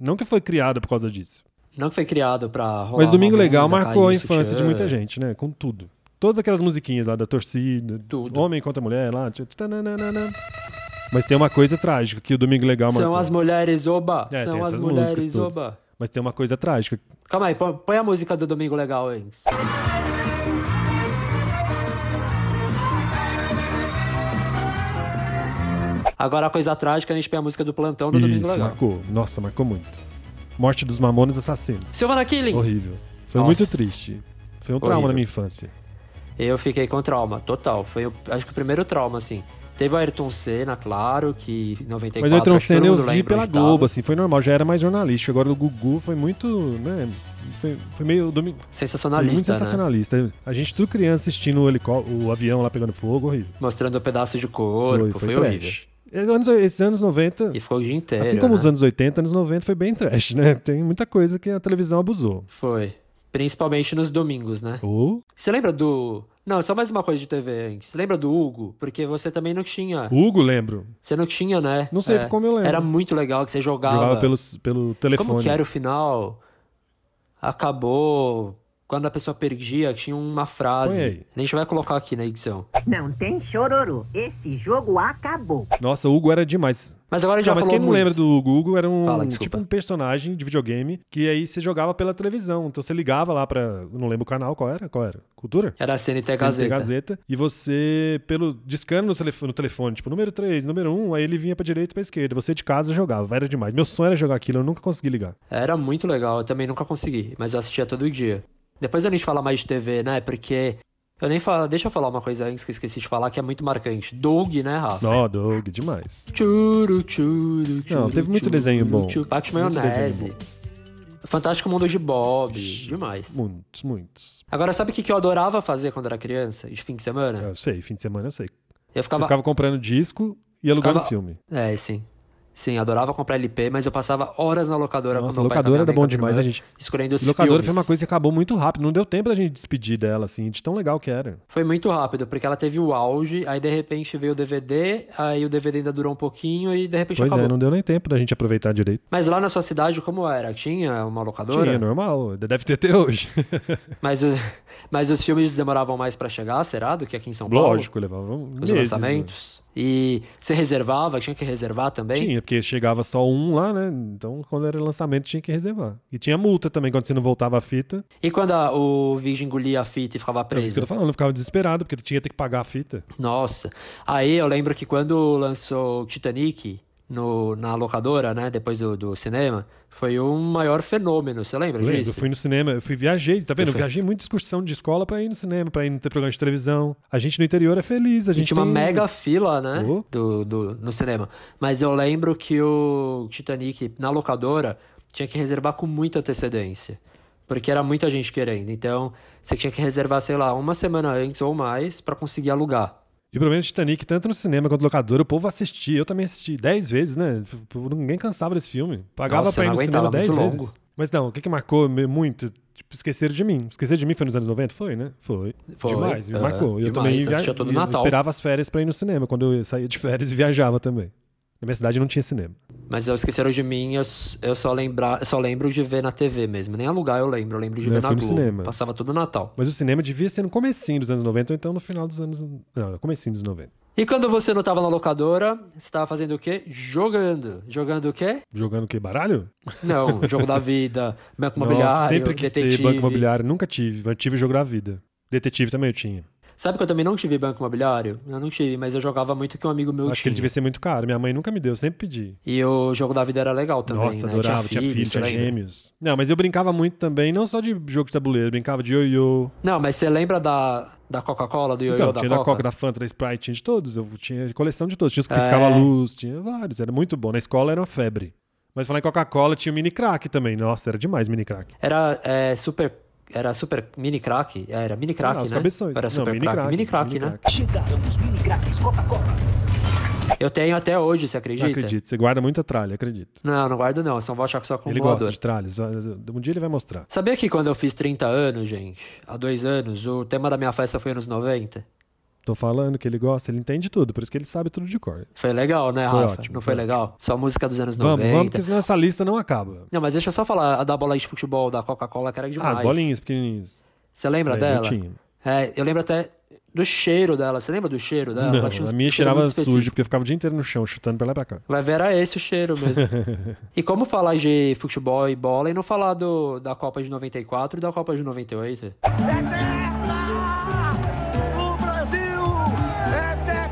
Speaker 2: Não que foi criada por causa disso.
Speaker 3: Não que foi criado pra rolar
Speaker 2: mas Domingo
Speaker 3: uma
Speaker 2: Legal
Speaker 3: bunda,
Speaker 2: marcou a
Speaker 3: cair no
Speaker 2: infância de
Speaker 3: sutiã.
Speaker 2: muita gente, né? Com tudo. Todas aquelas musiquinhas lá da torcida,
Speaker 3: Tudo.
Speaker 2: homem contra mulher lá. tchau, tananana. Mas tem uma coisa trágica que o Domingo Legal
Speaker 3: São
Speaker 2: marcou.
Speaker 3: as mulheres, oba!
Speaker 2: então. É, tem
Speaker 3: São as
Speaker 2: essas músicas
Speaker 3: mulheres,
Speaker 2: todas.
Speaker 3: oba!
Speaker 2: Mas tem uma coisa trágica.
Speaker 3: Calma aí, põe põe a música do Domingo Legal antes. Agora a coisa trágica, a gente põe a música do plantão do Domingo
Speaker 2: Isso,
Speaker 3: Legal.
Speaker 2: marcou. Nossa, marcou muito. Morte dos Mamonas Assassinos.
Speaker 3: Silvana Killing!
Speaker 2: Horrível. Foi
Speaker 3: Nossa.
Speaker 2: muito triste. Foi um trauma
Speaker 3: Horrível.
Speaker 2: na minha infância.
Speaker 3: Eu fiquei com trauma, total. Foi, o- acho que o primeiro trauma, assim. Teve o Ayrton Senna, claro, que em 94...
Speaker 2: Mas o Ayrton
Speaker 3: acho que todo
Speaker 2: Senna eu
Speaker 3: mundo
Speaker 2: vi
Speaker 3: lembra
Speaker 2: pela
Speaker 3: onde tava.
Speaker 2: Globo, assim, foi normal, já era mais jornalista. Agora o Gugu foi muito, né? Foi, foi meio. domi- Foi muito
Speaker 3: Sensacionalista, né?
Speaker 2: sensacionalista. A gente, tudo criança, assistindo o, helicó- o avião lá pegando fogo, horrível.
Speaker 3: Mostrando um pedaço de corpo, foi, horrível.
Speaker 2: trash. Esses anos, esses anos 90,
Speaker 3: E ficou o dia inteiro,
Speaker 2: assim como
Speaker 3: né?
Speaker 2: os anos 80, anos 90 foi bem trash, né? Tem muita coisa que a televisão abusou.
Speaker 3: Foi. Principalmente nos domingos, né?
Speaker 2: Ou
Speaker 3: Você lembra do... Não, só mais uma coisa de TV antes. Você lembra do Hugo? Porque você também não tinha.
Speaker 2: Hugo, lembro.
Speaker 3: Você não tinha, né?
Speaker 2: Não sei como eu lembro.
Speaker 3: Era muito legal que você jogava.
Speaker 2: Jogava pelo, pelo telefone.
Speaker 3: Como que era o final? Acabou... Quando a pessoa perdia, tinha uma frase.
Speaker 2: Põe aí.
Speaker 3: A gente vai colocar aqui na edição.
Speaker 9: Não tem chororô. Esse jogo acabou.
Speaker 2: Nossa, o Hugo era demais.
Speaker 3: Mas agora a gente
Speaker 2: Não,
Speaker 3: já
Speaker 2: mas
Speaker 3: falou
Speaker 2: quem não
Speaker 3: muito.
Speaker 2: lembra do Hugo, Hugo era um
Speaker 3: Fala, desculpa.
Speaker 2: tipo um personagem de videogame que aí você jogava pela televisão. Então você ligava lá pra. eu Não lembro o canal, qual era? Qual era? Cultura?
Speaker 3: Era a CNT
Speaker 2: CNT
Speaker 3: É Gazeta.
Speaker 2: Gazeta. E você, pelo discando no telefone, no telefone, tipo, número 3, número 1, aí ele vinha pra direita e pra esquerda. Você de casa jogava, era demais. Meu sonho era jogar aquilo, eu nunca consegui ligar.
Speaker 3: Era muito legal, eu também nunca consegui, mas eu assistia todo dia. Depois a gente fala mais de TV, né? Porque eu nem falo, deixa eu falar uma coisa antes que eu esqueci de falar que é muito marcante. Doug, né, Rafa?
Speaker 2: Nó, Doug, demais.
Speaker 3: Churu, churu, churu,
Speaker 2: Não, teve muito desenho bom.
Speaker 3: Pato de
Speaker 2: Muito
Speaker 3: maionese.
Speaker 2: desenho
Speaker 3: Fantástico Mundo de Bob, demais.
Speaker 2: Muitos, muitos.
Speaker 3: Agora sabe o que que eu adorava fazer quando era criança, de fim de semana?
Speaker 2: Eu sei, fim de semana eu sei.
Speaker 3: Eu
Speaker 2: É. Você
Speaker 3: ficava,
Speaker 2: ficava comprando disco e alugando
Speaker 3: Ficava-
Speaker 2: filme.
Speaker 3: é, sim. Sim, adorava comprar LP, mas eu passava horas na locadora
Speaker 2: Nossa,
Speaker 3: com meu pai, com a
Speaker 2: locadora
Speaker 3: minha
Speaker 2: era
Speaker 3: mãe, com
Speaker 2: bom
Speaker 3: a minha
Speaker 2: demais,
Speaker 3: irmã,
Speaker 2: a gente-
Speaker 3: Escolhendo os
Speaker 2: Locadora
Speaker 3: filmes.
Speaker 2: foi uma coisa que acabou muito rápido. Não deu tempo da gente despedir dela, assim, de tão legal que era.
Speaker 3: Foi muito rápido, porque ela teve o auge, aí de repente veio o DVD, aí o DVD ainda durou um pouquinho e de repente
Speaker 2: Pois
Speaker 3: acabou.
Speaker 2: é, não deu nem tempo da gente aproveitar direito.
Speaker 3: Mas lá na sua cidade, como era? Tinha uma locadora?
Speaker 2: Tinha, normal. Deve ter até hoje.
Speaker 3: Mas, o- mas os filmes demoravam mais pra chegar, será? Do que aqui em São Paulo?
Speaker 2: Lógico, levava um
Speaker 3: Os
Speaker 2: meses.
Speaker 3: lançamentos. E você reservava, tinha que reservar também?
Speaker 2: Tinha, porque chegava só um lá, né? Então, quando era lançamento, tinha que reservar. E tinha multa também, quando você não voltava a fita.
Speaker 3: E quando a- o vídeo engolia a fita e ficava
Speaker 2: É isso que
Speaker 3: preso?
Speaker 2: eu tô falando, eu ficava desesperado, porque tinha que pagar a fita.
Speaker 3: Nossa. Aí eu lembro que quando lançou Titanic no, na locadora, né? Depois do, do cinema, foi um maior fenômeno. Você lembra
Speaker 2: Lembro, eu
Speaker 3: disso?
Speaker 2: fui no cinema, eu fui viajei, tá vendo? Eu viajei muita excursão de escola pra ir no cinema, pra ir no programa de televisão. A gente no interior é feliz, a
Speaker 3: E
Speaker 2: gente
Speaker 3: tinha uma
Speaker 2: tem-
Speaker 3: mega fila, né?
Speaker 2: Oh.
Speaker 3: Do, do, no cinema. Mas eu lembro que o Titanic, na locadora, tinha que reservar com muita antecedência. Porque era muita gente querendo. Então, você tinha que reservar, sei lá, uma semana antes ou mais pra conseguir alugar.
Speaker 2: E o problema do Titanic, tanto no cinema quanto no locador, o povo assistia. Eu também assisti dez vezes, né? F- f- Ninguém cansava desse filme. Pagava
Speaker 3: Nossa,
Speaker 2: pra ir
Speaker 3: eu
Speaker 2: no
Speaker 3: não
Speaker 2: cinema
Speaker 3: aguentava,
Speaker 2: dez
Speaker 3: muito
Speaker 2: vezes.
Speaker 3: longo.
Speaker 2: Mas não, o que, que marcou me- muito? Tipo, esqueceram de mim. Esquecer de mim foi nos anos 90? Foi, né? Foi.
Speaker 3: Foi,
Speaker 2: demais, me
Speaker 3: é,
Speaker 2: marcou. Eu
Speaker 3: demais,
Speaker 2: também
Speaker 3: assistia todo
Speaker 2: eu
Speaker 3: Natal.
Speaker 2: esperava as férias pra ir no cinema. Quando eu saía de férias, viajava também. Na minha cidade não tinha cinema.
Speaker 3: Mas eu esqueceram de mim, eu, s- eu só, lembra, eu só lembro de ver na TV mesmo. Nem alugar eu lembro, eu lembro de
Speaker 2: Não,
Speaker 3: ver
Speaker 2: eu
Speaker 3: na
Speaker 2: fui no
Speaker 3: Globo.
Speaker 2: cinema.
Speaker 3: Passava todo Natal.
Speaker 2: Mas o cinema devia ser no comecinho dos anos 90 ou então no final dos anos... Não, no comecinho dos 90.
Speaker 3: E quando você não tava na locadora, você tava fazendo o quê? Jogando. Jogando o quê?
Speaker 2: Jogando o quê? Baralho?
Speaker 3: Não, jogo da vida, banco
Speaker 2: Nossa,
Speaker 3: imobiliário,
Speaker 2: sempre quis
Speaker 3: detetive.
Speaker 2: ter banco imobiliário. Nunca tive, mas tive o jogo da vida. Detetive também eu tinha.
Speaker 3: Sabe que eu também não tive banco imobiliário? Eu não tive, mas eu jogava muito que um amigo meu
Speaker 2: Acho que
Speaker 3: tinha.
Speaker 2: ele devia ser muito caro. Minha mãe nunca me deu, eu sempre pedi.
Speaker 3: E o jogo da vida era legal também,
Speaker 2: Nossa,
Speaker 3: né?
Speaker 2: adorava, tinha filho,
Speaker 3: você
Speaker 2: tinha,
Speaker 3: lembra?
Speaker 2: gêmeos. Não, mas eu brincava muito também, não só de jogo de tabuleiro, eu brincava de ioiô.
Speaker 3: Não, mas você lembra da, da Coca-Cola, do ioiô
Speaker 2: Então,
Speaker 3: da
Speaker 2: tinha
Speaker 3: Coca? É.
Speaker 2: da Coca, da Fanta, da Sprite, tinha de todos. Eu tinha coleção de todos. Tinha os que piscava a luz, tinha vários. Era muito bom. Na escola era uma febre. Mas falar em Coca-Cola, tinha o mini crack também. Nossa, era demais mini crack.
Speaker 3: Era é, super... Era super mini crack? Era mini crack,
Speaker 2: Ah, os
Speaker 3: né?
Speaker 2: cabeções.
Speaker 3: Era
Speaker 2: Não,
Speaker 3: super
Speaker 2: mini
Speaker 3: crack.
Speaker 2: crack,
Speaker 3: Mini crack,
Speaker 2: mini
Speaker 3: né?
Speaker 2: crack.
Speaker 9: Chegaram os mini craques Coca-Cola.
Speaker 3: Eu tenho até hoje, você acredita?
Speaker 2: Não acredito. Você guarda muita tralha, acredito.
Speaker 3: Não, não guardo não, eu só vou achar que sou
Speaker 2: Ele
Speaker 3: acumulador.
Speaker 2: gosta de tralhas. Um dia ele vai mostrar.
Speaker 3: Sabia que quando eu fiz 30 anos, gente, há dois anos, o tema da minha festa foi anos 90?
Speaker 2: Tô falando que ele gosta, ele entende tudo, por isso que ele sabe tudo de cor.
Speaker 3: Foi legal, né,
Speaker 2: Foi
Speaker 3: Rafa?
Speaker 2: ótimo,
Speaker 3: não foi,
Speaker 2: foi
Speaker 3: legal? Só música dos anos
Speaker 2: Vamos,
Speaker 3: 90.
Speaker 2: vamos, porque senão essa lista não acaba.
Speaker 3: Não, mas deixa eu só falar a da bola de futebol da Coca-Cola, que era
Speaker 2: Ah,
Speaker 3: demais.
Speaker 2: as bolinhas pequenininhas.
Speaker 3: Você lembra
Speaker 2: É,
Speaker 3: dela?
Speaker 2: Eu tinha.
Speaker 3: É, eu lembro até do cheiro dela. Você lembra do cheiro dela? Ela tinha um
Speaker 2: Não, a minha
Speaker 3: cheiro
Speaker 2: cheirava
Speaker 3: muito específico.
Speaker 2: sujo, porque eu ficava o dia inteiro no chão, chutando pra lá e pra cá.
Speaker 3: Vai ver, era esse o cheiro mesmo. e como falar de futebol e bola e não falar do, da Copa de 94 e da Copa de 98?
Speaker 7: É tetra! O Brasil é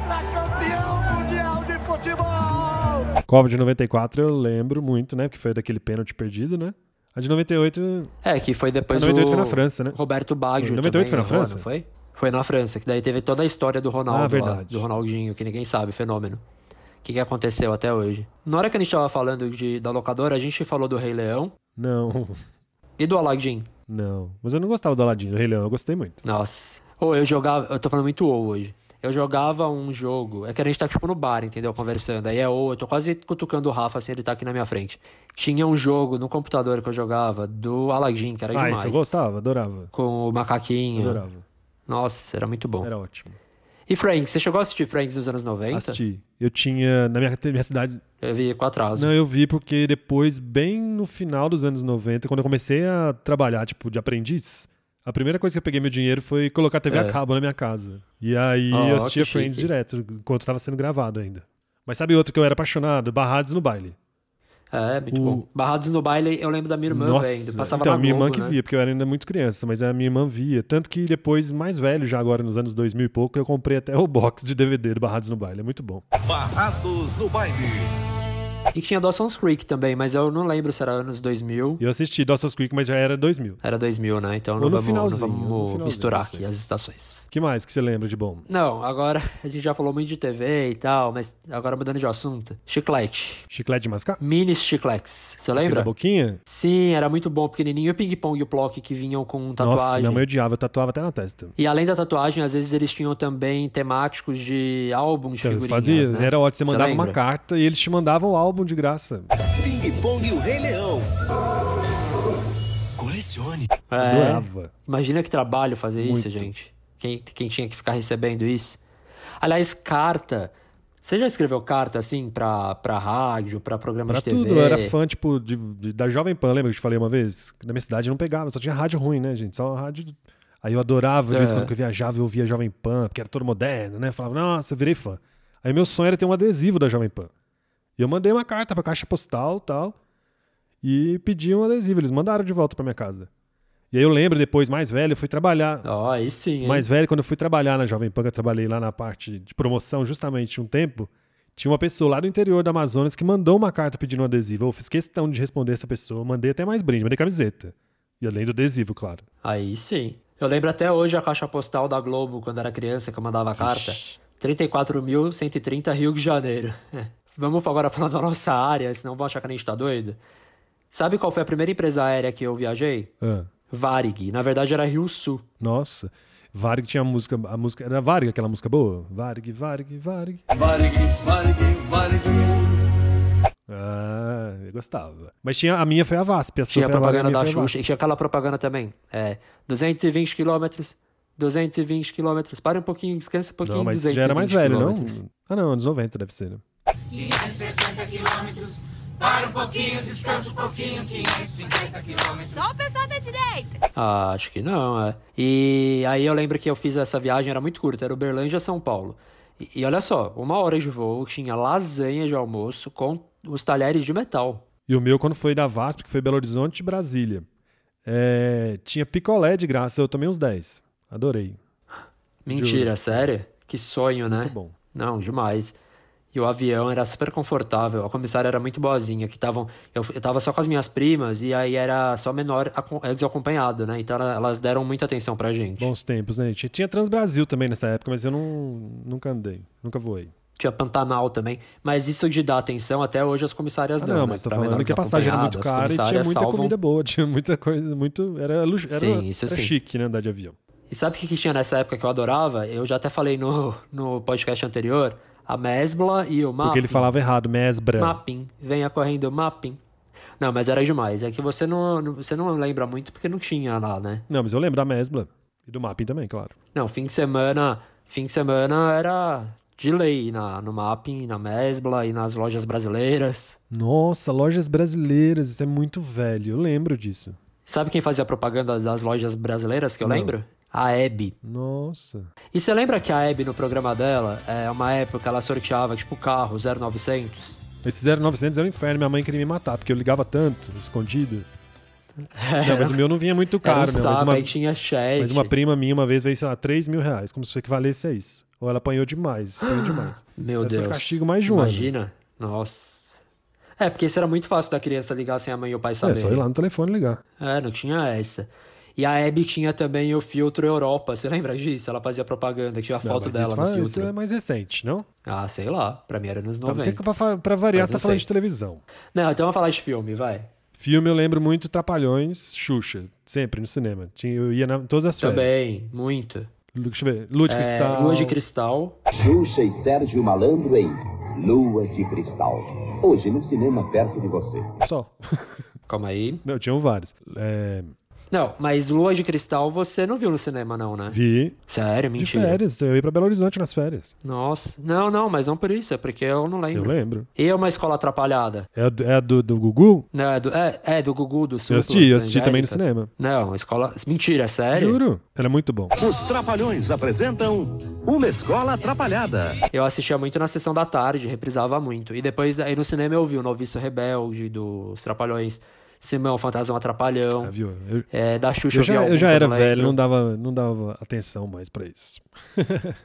Speaker 7: tetracampeão mundial de futebol!
Speaker 2: Copa de 94 eu lembro muito, né? Porque foi daquele pênalti perdido, né? A de 98.
Speaker 3: É, que foi depois
Speaker 2: A 98
Speaker 3: o
Speaker 2: foi na França, né?
Speaker 3: Roberto Baggio.
Speaker 2: Foi, 98
Speaker 3: também
Speaker 2: foi na
Speaker 3: errou,
Speaker 2: França?
Speaker 3: Não foi? Foi na França, que daí teve toda a história do Ronaldo,
Speaker 2: Ah,
Speaker 3: lá,
Speaker 2: verdade.
Speaker 3: do Ronaldinho, que ninguém sabe, fenômeno. O que, que aconteceu até hoje? Na hora que a gente tava falando de, da locadora, a gente falou do Rei Leão
Speaker 2: Não,
Speaker 3: e do Aladdin.
Speaker 2: não. Mas eu não gostava do Aladdin, do Rei Leão, eu gostei muito.
Speaker 3: Nossa. Ou eu jogava. Eu tô falando muito ou hoje. Eu jogava um jogo. É que a gente tá tipo no bar, entendeu? Conversando. Aí é ou. Eu tô quase cutucando o Rafa assim, ele tá aqui na minha frente. Tinha um jogo no computador que eu jogava do Aladdin, que era
Speaker 2: ah,
Speaker 3: É demais. é.
Speaker 2: isso eu gostava, adorava.
Speaker 3: Com o macaquinho.
Speaker 2: Adorava.
Speaker 3: Nossa, era muito bom.
Speaker 2: Era ótimo.
Speaker 3: E Friends, você chegou a assistir Friends nos anos 90?
Speaker 2: Assisti. Eu tinha. Na minha, minha cidade.
Speaker 3: Eu vi com atraso.
Speaker 2: Não, eu vi porque depois, bem no final dos anos 90, quando eu comecei a trabalhar, tipo, de aprendiz, a primeira coisa que eu peguei meu dinheiro foi colocar a TV
Speaker 3: É. Ah,
Speaker 2: a cabo na minha casa. E aí
Speaker 3: Ó,
Speaker 2: eu assistia
Speaker 3: que
Speaker 2: Friends
Speaker 3: chique.
Speaker 2: direto, enquanto tava sendo gravado ainda. Mas sabe outro que eu era apaixonado? Barrados no baile.
Speaker 3: É, muito
Speaker 2: O-
Speaker 3: bom. Barrados no baile, eu lembro da minha irmã
Speaker 2: Nossa,
Speaker 3: vendo. Passava
Speaker 2: então,
Speaker 3: na
Speaker 2: minha irmã
Speaker 3: Globo,
Speaker 2: que
Speaker 3: né?
Speaker 2: via, porque eu era ainda muito criança, mas a minha irmã via. Tanto que depois, mais velho, já agora nos anos 2000 e pouco, eu comprei até o box de DVD do Barrados no Baile. É muito bom.
Speaker 4: Barrados no baile.
Speaker 3: E tinha Dawson's Creek também, mas eu não lembro se era anos 2000.
Speaker 2: E eu assisti Dawson's Creek, mas já era 2000.
Speaker 3: Era 2000, né? Então
Speaker 2: Ou
Speaker 3: não
Speaker 2: no
Speaker 3: vamos, não
Speaker 2: finalzinho,
Speaker 3: vamos
Speaker 2: no finalzinho,
Speaker 3: misturar
Speaker 2: não sei.
Speaker 3: aqui as estações.
Speaker 2: O que mais que você lembra de bom?
Speaker 3: Não, agora a gente já falou muito de TV e tal, mas agora mudando de assunto. Chiclete.
Speaker 2: Chiclete de mascar?
Speaker 3: Mini chicletes. Você
Speaker 2: Aquele Da
Speaker 3: lembra?
Speaker 2: boquinha?
Speaker 3: Sim, era muito bom, pequenininho. E o ping-pong e o plock que vinham com um
Speaker 2: Nossa,
Speaker 3: tatuagem.
Speaker 2: minha mãe odiava, eu tatuava até na testa.
Speaker 3: E além da tatuagem, às vezes eles tinham também temáticos de álbuns de
Speaker 2: Então, eu
Speaker 3: figurinhas,
Speaker 2: fazia,
Speaker 3: né?
Speaker 2: era ótimo. Você mandava uma
Speaker 3: lembra?
Speaker 2: carta e eles te mandavam o álbum álbum de graça.
Speaker 4: Ping Pong e o Rei Leão. Colecione.
Speaker 3: É.
Speaker 2: Adorava.
Speaker 3: Imagina que trabalho fazer isso,
Speaker 2: Muito.
Speaker 3: gente. Quem, quem tinha que ficar recebendo isso. Aliás, carta. Você já escreveu carta, assim, pra, pra rádio, pra programa
Speaker 2: Pra
Speaker 3: de TV?
Speaker 2: tudo, eu era fã, tipo, de- de- da Jovem Pan, lembra que eu te falei uma vez? Na minha cidade não pegava, só tinha rádio ruim, né, gente? Só rádio. Aí eu adorava, de vez em
Speaker 3: É.
Speaker 2: quando que eu viajava, eu ouvia Jovem Pan, porque era todo moderno, né? Eu falava, nossa, eu virei fã. Aí meu sonho era ter um adesivo da Jovem Pan. E eu mandei uma carta pra caixa postal tal, e pedi um adesivo. Eles mandaram de volta pra minha casa. E aí eu lembro depois, mais velho, eu fui trabalhar.
Speaker 3: Ó, aí sim, hein?
Speaker 2: Mais velho, quando eu fui trabalhar na Jovem Pan, que eu trabalhei lá na parte de promoção justamente um tempo, tinha uma pessoa lá do interior da Amazonas que mandou uma carta pedindo um adesivo. Eu fiz questão de responder essa pessoa, mandei até mais brinde, mandei camiseta. E além do adesivo, claro.
Speaker 3: Aí sim. Eu lembro até hoje a caixa postal da Globo, quando era criança, que eu mandava carta. 34.130 Rio de Janeiro. É. Vamos agora falar da nossa área, senão vão achar que a gente tá doido. Sabe qual foi a primeira empresa aérea que eu viajei?
Speaker 2: Ah,
Speaker 3: Varig. Na verdade era Rio Sul.
Speaker 2: nossa. Varg tinha a música, a música. Era Varg aquela música boa? Varg, Varg, Varg. Ah, eu gostava. Mas tinha, a minha foi a VASP, a sua
Speaker 3: Tinha a
Speaker 2: foi a Varg, a
Speaker 3: propaganda
Speaker 2: minha
Speaker 3: da
Speaker 2: foi a VASP.
Speaker 3: Xuxa. E tinha aquela propaganda também. É, 220 quilômetros, 220 quilômetros. Para um pouquinho, descansa um pouquinho.
Speaker 2: Não, mas
Speaker 3: 220
Speaker 2: já era mais velho, não?
Speaker 3: quilômetros.
Speaker 2: Ah, não, anos 90 deve ser, né?
Speaker 8: Só o pessoal da direita.
Speaker 3: Ah, acho que não, é. E aí eu lembro que eu fiz essa viagem, era muito curta, era Uberlândia, São Paulo. E, e olha só, uma hora de voo, tinha lasanha de almoço com os talheres de metal.
Speaker 2: E o meu, quando foi da VASP, que foi Belo Horizonte e Brasília, é, tinha picolé de graça, eu tomei uns 10. Adorei.
Speaker 3: Mentira, sério? Que sonho, né?
Speaker 2: Muito bom.
Speaker 3: Não, demais. E o avião era super confortável. A comissária era muito boazinha, que estavam. Eu, eu tava só com as minhas primas e aí era só menor acom- eh, desacompanhado, né? Então ela- elas deram muita atenção pra gente.
Speaker 2: Bons tempos, né, gente? Tinha Transbrasil também nessa época, mas eu não, nunca andei, nunca voei.
Speaker 3: Tinha Pantanal também. Mas isso de dar atenção, até hoje as comissárias
Speaker 2: Ah,
Speaker 3: dão.
Speaker 2: não,
Speaker 3: né?
Speaker 2: mas tô
Speaker 3: Pra
Speaker 2: falando
Speaker 3: menor
Speaker 2: que a passagem era muito
Speaker 3: desacompanhado,
Speaker 2: cara
Speaker 3: as
Speaker 2: e tinha
Speaker 3: comissárias
Speaker 2: muita
Speaker 3: salvam.
Speaker 2: comida boa, tinha muita coisa, muito... Era, luxo, era,
Speaker 3: Sim, isso
Speaker 2: era
Speaker 3: sim.
Speaker 2: chique, né, andar de avião.
Speaker 3: E sabe o que, que tinha nessa época que eu adorava? Eu já até falei no, no podcast anterior. A Mesbla e o Mapa.
Speaker 2: Porque ele falava errado, mesbra.
Speaker 3: Mapping, venha correndo, mapping. Não, mas era demais. É que você não, não- você não lembra muito porque não tinha lá, né?
Speaker 2: Não, mas eu lembro da mesbla. E do mapping também, claro.
Speaker 3: Não, fim de semana, fim de semana era de lei na, no mapping, na Mesbla e nas lojas brasileiras.
Speaker 2: Nossa, lojas brasileiras, isso é muito velho, eu lembro disso.
Speaker 3: Sabe quem fazia propaganda das lojas brasileiras que eu
Speaker 2: Não.
Speaker 3: lembro? A Hebe.
Speaker 2: Nossa.
Speaker 3: E você lembra que a Hebe no programa dela, é uma época ela sorteava tipo carro 0900?
Speaker 2: Esse 0900 é um inferno, minha mãe queria me matar, porque eu ligava tanto, escondido.
Speaker 3: É.
Speaker 2: Não, mas o meu não vinha muito
Speaker 3: Era um
Speaker 2: caro, né?
Speaker 3: saco,
Speaker 2: Mas uma,
Speaker 3: aí tinha chat.
Speaker 2: mas uma prima minha uma vez veio, sei lá, 3 mil reais, como se equivalesse a isso. Ou ela apanhou demais, apanhou demais.
Speaker 3: Meu
Speaker 2: Ela ficou
Speaker 3: Deus.
Speaker 2: de castigo mais de um ano.
Speaker 3: Imagina. Nossa. É, porque isso era muito fácil da criança ligar sem a mãe e o pai
Speaker 2: É,
Speaker 3: saber.
Speaker 2: só ir lá no telefone e ligar.
Speaker 3: É, não tinha essa. E a Abby tinha também o filtro Europa. Você lembra disso? Ela fazia propaganda, tinha a
Speaker 2: Não,
Speaker 3: foto
Speaker 2: mas
Speaker 3: dela
Speaker 2: isso,
Speaker 3: no
Speaker 2: fa- isso
Speaker 3: filtro.
Speaker 2: é mais recente, não?
Speaker 3: Ah, sei lá. Pra mim era nos
Speaker 2: Pra, você,
Speaker 3: 90.
Speaker 2: pra, fa- pra variar,
Speaker 3: Mas
Speaker 2: você
Speaker 3: eu
Speaker 2: tá falando
Speaker 3: sei.
Speaker 2: de televisão.
Speaker 3: Não, então vamos falar de filme, vai.
Speaker 2: Filme eu lembro muito Trapalhões, Xuxa, sempre no cinema. Tinha, eu ia na, todas as férias.
Speaker 3: Também, muito.
Speaker 2: Lu- Deixa eu ver. Lua de
Speaker 3: É,
Speaker 2: Cristal.
Speaker 3: Lua de Cristal.
Speaker 4: Xuxa e Sérgio Malandro em Lua de Cristal. Hoje no cinema perto de você.
Speaker 2: Só.
Speaker 3: Calma aí.
Speaker 2: Não, tinham vários. É,
Speaker 3: Não, mas Lua de Cristal você não viu no cinema, não, né?
Speaker 2: vi
Speaker 3: Sério,
Speaker 2: de
Speaker 3: mentira.
Speaker 2: férias. Eu ia pra Belo Horizonte nas férias.
Speaker 3: Nossa. Não, não, mas não por isso. É porque eu não
Speaker 2: Eu
Speaker 3: lembro.
Speaker 2: lembro.
Speaker 3: E é uma escola atrapalhada.
Speaker 2: É a do, é a do, do Gugu?
Speaker 3: Não, é do, é, é do Gugu, do Sul.
Speaker 2: eu assisti, eu assisti
Speaker 3: tá-
Speaker 2: também no cinema.
Speaker 3: Não, escola. Mentira, sério?
Speaker 2: Juro. Era muito bom.
Speaker 3: Uhum.
Speaker 4: Os Trapalhões apresentam Uma Escola Atrapalhada.
Speaker 3: Eu assistia muito na sessão da tarde, reprisava muito. E depois, aí no cinema eu vi o Noviço Rebelde, dos Trapalhões, Simão, Fantasma Atrapalhão,
Speaker 2: Ah, viu? Eu,
Speaker 3: é, da Xuxa
Speaker 2: eu
Speaker 3: vi
Speaker 2: já,
Speaker 3: algum
Speaker 2: eu já
Speaker 3: que
Speaker 2: era
Speaker 3: não
Speaker 2: velho,
Speaker 3: lembro.
Speaker 2: não dava, não dava atenção mais pra isso.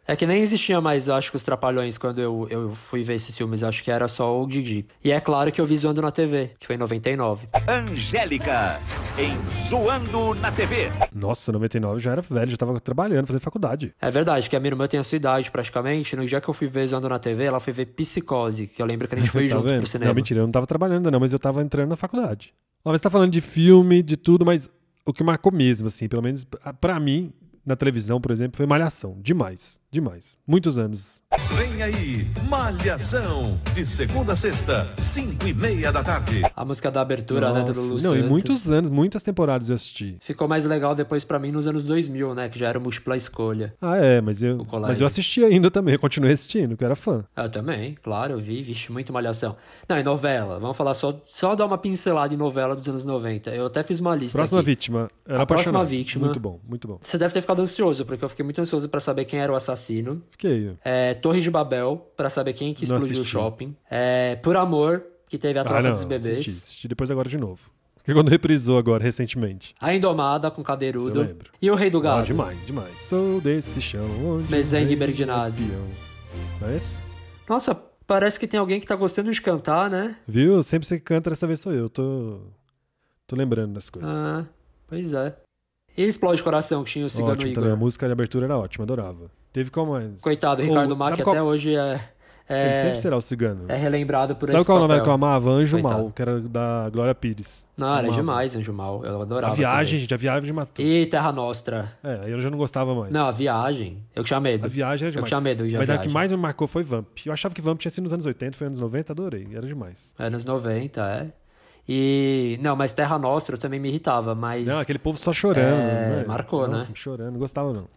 Speaker 3: É que nem existia mais, eu acho que os Trapalhões, quando eu, eu fui ver esses filmes, eu acho que era só o Didi. E é claro que eu vi Zoando na TV, que foi em 99.
Speaker 4: Angélica em Zoando na TV.
Speaker 2: Nossa, 99 eu já era velho, já tava trabalhando, fazendo faculdade.
Speaker 3: É verdade, que a minha irmã tem a sua idade praticamente. No dia que eu fui ver Zoando na TV, ela foi ver Psicose, que eu lembro que a gente foi
Speaker 2: tá
Speaker 3: junto
Speaker 2: vendo?
Speaker 3: pro cinema.
Speaker 2: Não, mentira, eu não tava trabalhando ainda não, mas eu tava entrando na faculdade. Ó, você tá falando de filme, de tudo, mas o que marcou mesmo, assim, pelo menos pra mim, na televisão, por exemplo, foi Malhação. Demais. Demais. Muitos anos.
Speaker 10: Vem aí, Malhação. De segunda a sexta, cinco e meia da tarde.
Speaker 3: A música da abertura, né, do
Speaker 2: Nossa.
Speaker 3: Lulu
Speaker 2: Não, e
Speaker 3: Santos.
Speaker 2: muitos anos, muitas temporadas eu assisti.
Speaker 3: Ficou mais legal depois pra mim nos anos 2000, né, que já era múltipla escolha.
Speaker 2: Ah, é, mas eu,
Speaker 3: Collide.
Speaker 2: mas eu assisti ainda também, eu continuei assistindo, que eu era fã.
Speaker 3: Eu também, claro, eu vi, vixe, muito malhação. Não, e novela, vamos falar só, só dar uma pincelada em novela dos anos 90. Eu até fiz uma lista
Speaker 2: Próxima
Speaker 3: aqui.
Speaker 2: vítima. Era
Speaker 3: A próxima
Speaker 2: apaixonado.
Speaker 3: vítima.
Speaker 2: Muito bom, muito bom.
Speaker 3: Você deve ter ficado ansioso, porque eu fiquei muito ansioso pra saber quem era o assassino.
Speaker 2: Fiquei.
Speaker 3: É, Torre de Babel, pra saber quem que
Speaker 2: Não
Speaker 3: explodiu o
Speaker 2: assisti.
Speaker 3: shopping. É, Por Amor, que teve a troca
Speaker 2: Ah, não.
Speaker 3: dos bebês.
Speaker 2: Assisti, assisti depois agora de novo. Porque quando reprisou agora, recentemente.
Speaker 3: A Indomada com
Speaker 2: Isso eu
Speaker 3: Cadeirudo.
Speaker 2: lembro.
Speaker 3: E o Rei do
Speaker 2: Ah,
Speaker 3: Gado.
Speaker 2: demais, demais. Sou desse chão onde...
Speaker 3: Mezengue
Speaker 2: veio
Speaker 3: Bergdinazzi.
Speaker 2: o peão. Não é isso?
Speaker 3: Nossa, parece que tem alguém que tá gostando de cantar, né?
Speaker 2: Viu? Sempre você canta, dessa vez sou eu. Tô, tô lembrando das coisas.
Speaker 3: Ah, pois é. E Explode Coração, que tinha o Cigano
Speaker 2: Ótimo
Speaker 3: Igor.
Speaker 2: também. A música de abertura era ótima, adorava. Teve qual mais?
Speaker 3: Coitado,
Speaker 2: Ou-
Speaker 3: Ricardo Mac
Speaker 2: sabe
Speaker 3: até
Speaker 2: qual-
Speaker 3: hoje é,
Speaker 2: Ele
Speaker 3: é,
Speaker 2: sempre será o cigano.
Speaker 3: é relembrado por
Speaker 2: Sabe
Speaker 3: esse
Speaker 2: qual
Speaker 3: papel.
Speaker 2: novela que eu amava? Anjo
Speaker 3: Coitado.
Speaker 2: Mal, que era da Glória Pires.
Speaker 3: Não, era
Speaker 2: Amava.
Speaker 3: demais, Anjo Mal. Eu
Speaker 2: A
Speaker 3: adorava.
Speaker 2: viagem, gente, a viagem matou.
Speaker 3: também. E Terra Nostra.
Speaker 2: É, aí eu já não gostava mais.
Speaker 3: Não, a viagem. Eu que tinha medo.
Speaker 2: A viagem era
Speaker 3: Eu
Speaker 2: demais.
Speaker 3: tinha medo de A
Speaker 2: Mas a que
Speaker 3: Viagem.
Speaker 2: mais me marcou foi Vamp. Eu achava que Vamp tinha sido nos anos 80, foi anos 90, adorei. Era demais.
Speaker 3: Anos 90, é. E. Não, mas Terra Nostra eu também me irritava, mas.
Speaker 2: Não, aquele povo só chorando.
Speaker 3: É,
Speaker 2: né?
Speaker 3: marcou, né?
Speaker 2: Nossa, Chorando, não gostava não.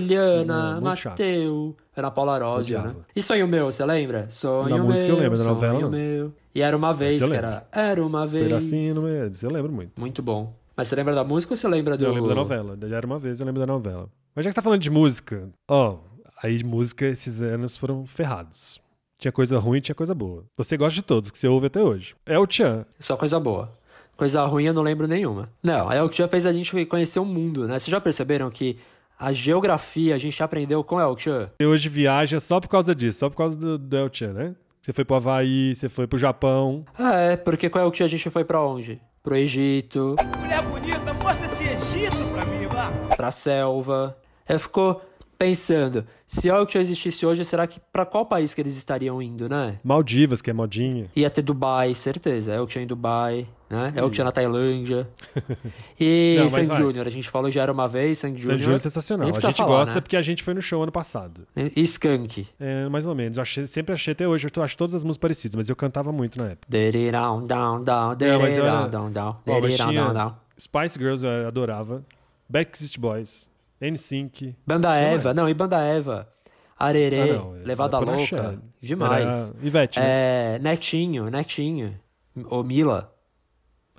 Speaker 3: Juliana,
Speaker 2: Não, é muito chato.
Speaker 3: Mateu, Ana Paula Arósio, né?
Speaker 2: Odiava.
Speaker 3: E Sonho Meu, você lembra? Sonho Meu,
Speaker 2: música eu lembro, da
Speaker 3: Sonho
Speaker 2: novela não.
Speaker 3: Meu. E Era Uma Vez,
Speaker 2: eu
Speaker 3: que
Speaker 2: lembro.
Speaker 3: era... Era Uma Vez.
Speaker 2: Pedacinho, não é? Isso eu lembro muito.
Speaker 3: Muito bom. Mas você lembra da música ou você lembra do...
Speaker 2: Eu lembro da novela. Já era uma vez, eu lembro da novela. Mas já que você tá falando de música, ó, aí de música esses anos foram ferrados. Tinha coisa ruim, tinha coisa boa. Você gosta de todos, que você ouve até hoje. É o Tchan.
Speaker 3: Só coisa boa. Coisa ruim eu não lembro nenhuma. Não, é o que já fez a gente conhecer o mundo, né? Vocês já perceberam que a geografia a gente já aprendeu com El Chan?
Speaker 2: Você hoje viaja só por causa disso, só por causa do, do El Tchan, né? Você foi pro Havaí, você foi pro Japão.
Speaker 3: Ah, é, porque com El Chan a gente foi pra onde? Pro Egito,
Speaker 7: Mulher bonita, mostra esse Egito pra mim, lá.
Speaker 3: pra selva. Eu ficou pensando, se El Chan existisse hoje, será que pra qual país que eles estariam indo, né?
Speaker 2: Maldivas, que é modinha.
Speaker 3: Ia ter Dubai, certeza. É El Chan em Dubai, né? El Chan na Tailândia. E
Speaker 2: Não, mas
Speaker 3: Sandy
Speaker 2: vai.
Speaker 3: Júnior, a gente falou já era uma vez, Sandy Júnior.
Speaker 2: San Júnior é sensacional.
Speaker 3: Nem
Speaker 2: A
Speaker 3: precisa
Speaker 2: gente
Speaker 3: falar,
Speaker 2: gosta
Speaker 3: né?
Speaker 2: porque a gente foi no show ano passado.
Speaker 3: E Skunk.
Speaker 2: É, mais ou menos. Eu achei- sempre achei até hoje. Eu to- acho todas as músicas parecidas, mas eu cantava muito na época.
Speaker 3: Deriram, down, down,
Speaker 2: Não, mas eu
Speaker 3: deriram,
Speaker 2: era-
Speaker 3: down, down,
Speaker 2: Ó, mas
Speaker 3: deriram,
Speaker 2: tinha
Speaker 3: down, down.
Speaker 2: Spice Girls eu adorava. Backstreet Boys. NSYNC.
Speaker 3: Banda
Speaker 2: Demais.
Speaker 3: Eva, não, e Banda Eva. Arerê,
Speaker 2: Ah, não, é-
Speaker 3: Levada
Speaker 2: era por
Speaker 3: Louca.
Speaker 2: achar.
Speaker 3: Demais.
Speaker 2: Era Ivete, né?
Speaker 3: É, Netinho, Netinho. Ou Mila.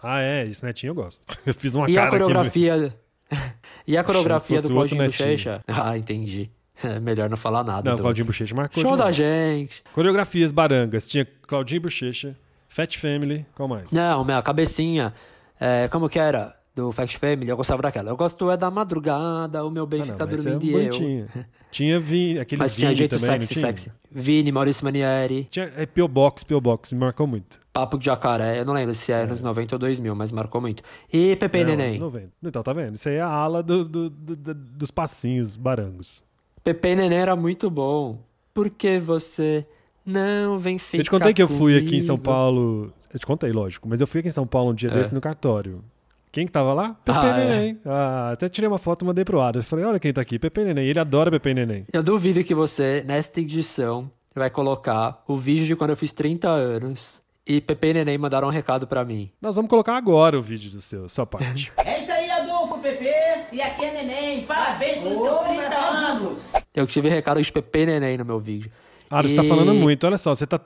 Speaker 2: Ah, é, esse netinho eu gosto. Eu fiz uma
Speaker 3: E
Speaker 2: cara
Speaker 3: a coreografia. E a coreografia
Speaker 2: Achei
Speaker 3: do
Speaker 2: que fosse outro
Speaker 3: Claudinho
Speaker 2: Netinho.
Speaker 3: Bochecha? Ah, entendi. É melhor não falar
Speaker 2: aqui. No...
Speaker 3: nada.
Speaker 2: Não,
Speaker 3: do-
Speaker 2: Claudinho Bochecha marcou.
Speaker 3: Show da
Speaker 2: demais.
Speaker 3: gente.
Speaker 2: Coreografias barangas. Tinha Claudinho Bochecha, Fat Family, qual mais?
Speaker 3: Não, minha cabecinha. é, como que era? Do Fact Family, eu gostava daquela. Eu gosto é da madrugada, o meu bem
Speaker 2: Ah, não,
Speaker 3: fica
Speaker 2: mas
Speaker 3: dormindo
Speaker 2: é
Speaker 3: e eu.
Speaker 2: bonitinho. Tinha Vini, aquele
Speaker 3: Mas
Speaker 2: Vini
Speaker 3: tinha jeito
Speaker 2: também,
Speaker 3: sexy,
Speaker 2: não tinha?
Speaker 3: sexy. Vini, Maurício Manieri,
Speaker 2: Tinha é, P.O. Box, P.O. Box, me marcou muito.
Speaker 3: Papo de Jacaré. Eu não lembro se é nos 90 ou 2000, mas marcou muito. E Pepe e
Speaker 2: Não, anos
Speaker 3: Neném.
Speaker 2: 90. Então, tá vendo? Isso aí é a ala do- do- do- do- dos passinhos barangos.
Speaker 3: Pepe e Neném era muito bom. Por que você não vem ficar
Speaker 2: eu te contei que eu fui aqui em
Speaker 3: comigo?
Speaker 2: São Paulo. Eu te contei, lógico, mas eu fui aqui em São Paulo um dia
Speaker 3: É.
Speaker 2: desse no cartório. Quem que tava lá? Pepe
Speaker 3: Ah, é.
Speaker 2: Neném. Ah, até tirei uma foto e mandei pro Adam. Eu Falei, olha quem tá aqui, Pepe Neném. Ele adora Pepe Neném.
Speaker 3: Eu duvido que você, nesta edição, vai colocar o vídeo de quando eu fiz 30 anos e Pepe e Neném mandaram um recado pra mim.
Speaker 2: Nós vamos colocar agora o vídeo do seu, sua parte.
Speaker 11: É isso aí, Adolfo PP. E aqui é Neném. Parabéns pelos seus 30 anos.
Speaker 3: Eu tive recado de Pepe e Neném no meu vídeo.
Speaker 2: Adam, você
Speaker 3: E-
Speaker 2: tá falando muito. Olha só, você tá,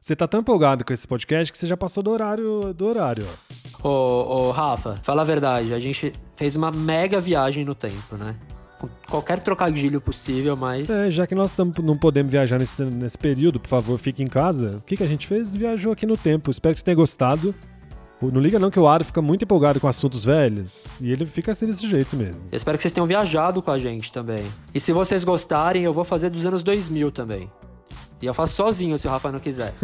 Speaker 2: você tá tão empolgado com esse podcast que você já passou do horário. Do horário ó.
Speaker 3: Ô, ô, Rafa, fala a verdade. A gente fez uma mega viagem no tempo, né? Com qualquer trocadilho possível, mas.
Speaker 2: É, já que nós tamo, não podemos viajar nesse, nesse período, por favor, fique em casa. O que, que a gente fez? Viajou aqui no tempo. Espero que você tenha gostado. O- Não liga não que o Aro fica muito empolgado com assuntos velhos. E ele fica assim desse jeito mesmo.
Speaker 3: Eu espero que vocês tenham viajado com a gente também. E se vocês gostarem, eu vou fazer dos anos 2000 também. E eu faço sozinho se o Rafa não quiser.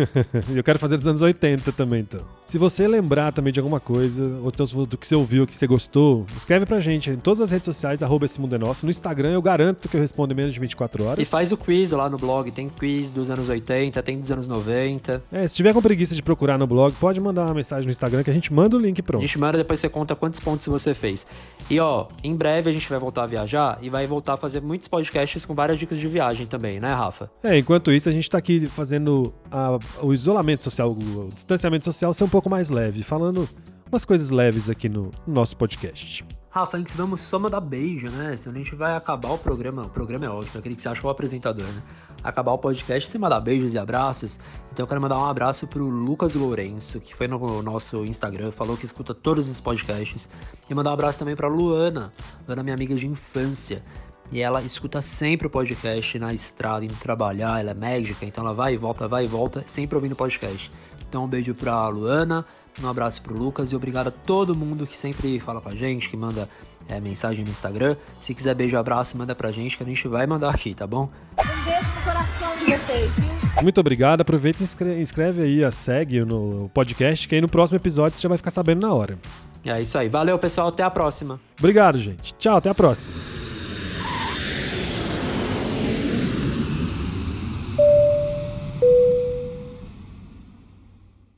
Speaker 2: E eu quero fazer dos anos 80 também, então. Se você lembrar também de alguma coisa, ou se- do que você ouviu, que você gostou, escreve pra gente em todas as redes sociais, arroba esse mundo é nosso. No Instagram eu garanto que eu respondo em menos de 24 horas.
Speaker 3: E faz o quiz lá no blog. Tem quiz dos anos 80, tem dos anos 90.
Speaker 2: É, se tiver com preguiça de procurar no blog, pode mandar uma mensagem no Instagram que a gente manda o link
Speaker 3: A
Speaker 2: pronto.
Speaker 3: gente manda depois você conta quantos pontos você fez. E ó, em breve a gente vai voltar a viajar e vai voltar a fazer muitos podcasts com várias dicas de viagem também, né, Rafa?
Speaker 2: É, enquanto isso, a gente tá aqui fazendo a- o isolamento social, o, o distanciamento social ser um pouco mais leve, falando umas coisas leves aqui no, no nosso podcast.
Speaker 3: Rafa, antes vamos só mandar beijo, né? Senão a gente vai acabar o programa. O programa é ótimo, aquele que você achou o apresentador, né? Acabar o podcast sem mandar beijos e abraços. Então eu quero mandar um abraço pro Lucas Lourenço, que foi no nosso Instagram, falou que escuta todos os podcasts. E mandar um abraço também pra Luana, Luana, é minha amiga de infância. E ela escuta sempre o podcast na estrada, indo trabalhar, ela é médica, então ela vai e volta, vai e volta, sempre ouvindo podcast. Então um beijo pra Luana, um abraço pro Lucas e obrigado a todo mundo que sempre fala com a gente, que manda é, mensagem no Instagram. Se quiser beijo, abraço, manda pra gente que a gente vai mandar aqui, tá bom?
Speaker 12: Um beijo no coração de vocês, viu?
Speaker 2: Muito obrigado, aproveita e inscre- inscreve aí, a segue no podcast, que aí no próximo episódio você já vai ficar sabendo na hora.
Speaker 3: É isso aí. Valeu, pessoal. Até a próxima.
Speaker 2: Obrigado, gente. Tchau, até a próxima.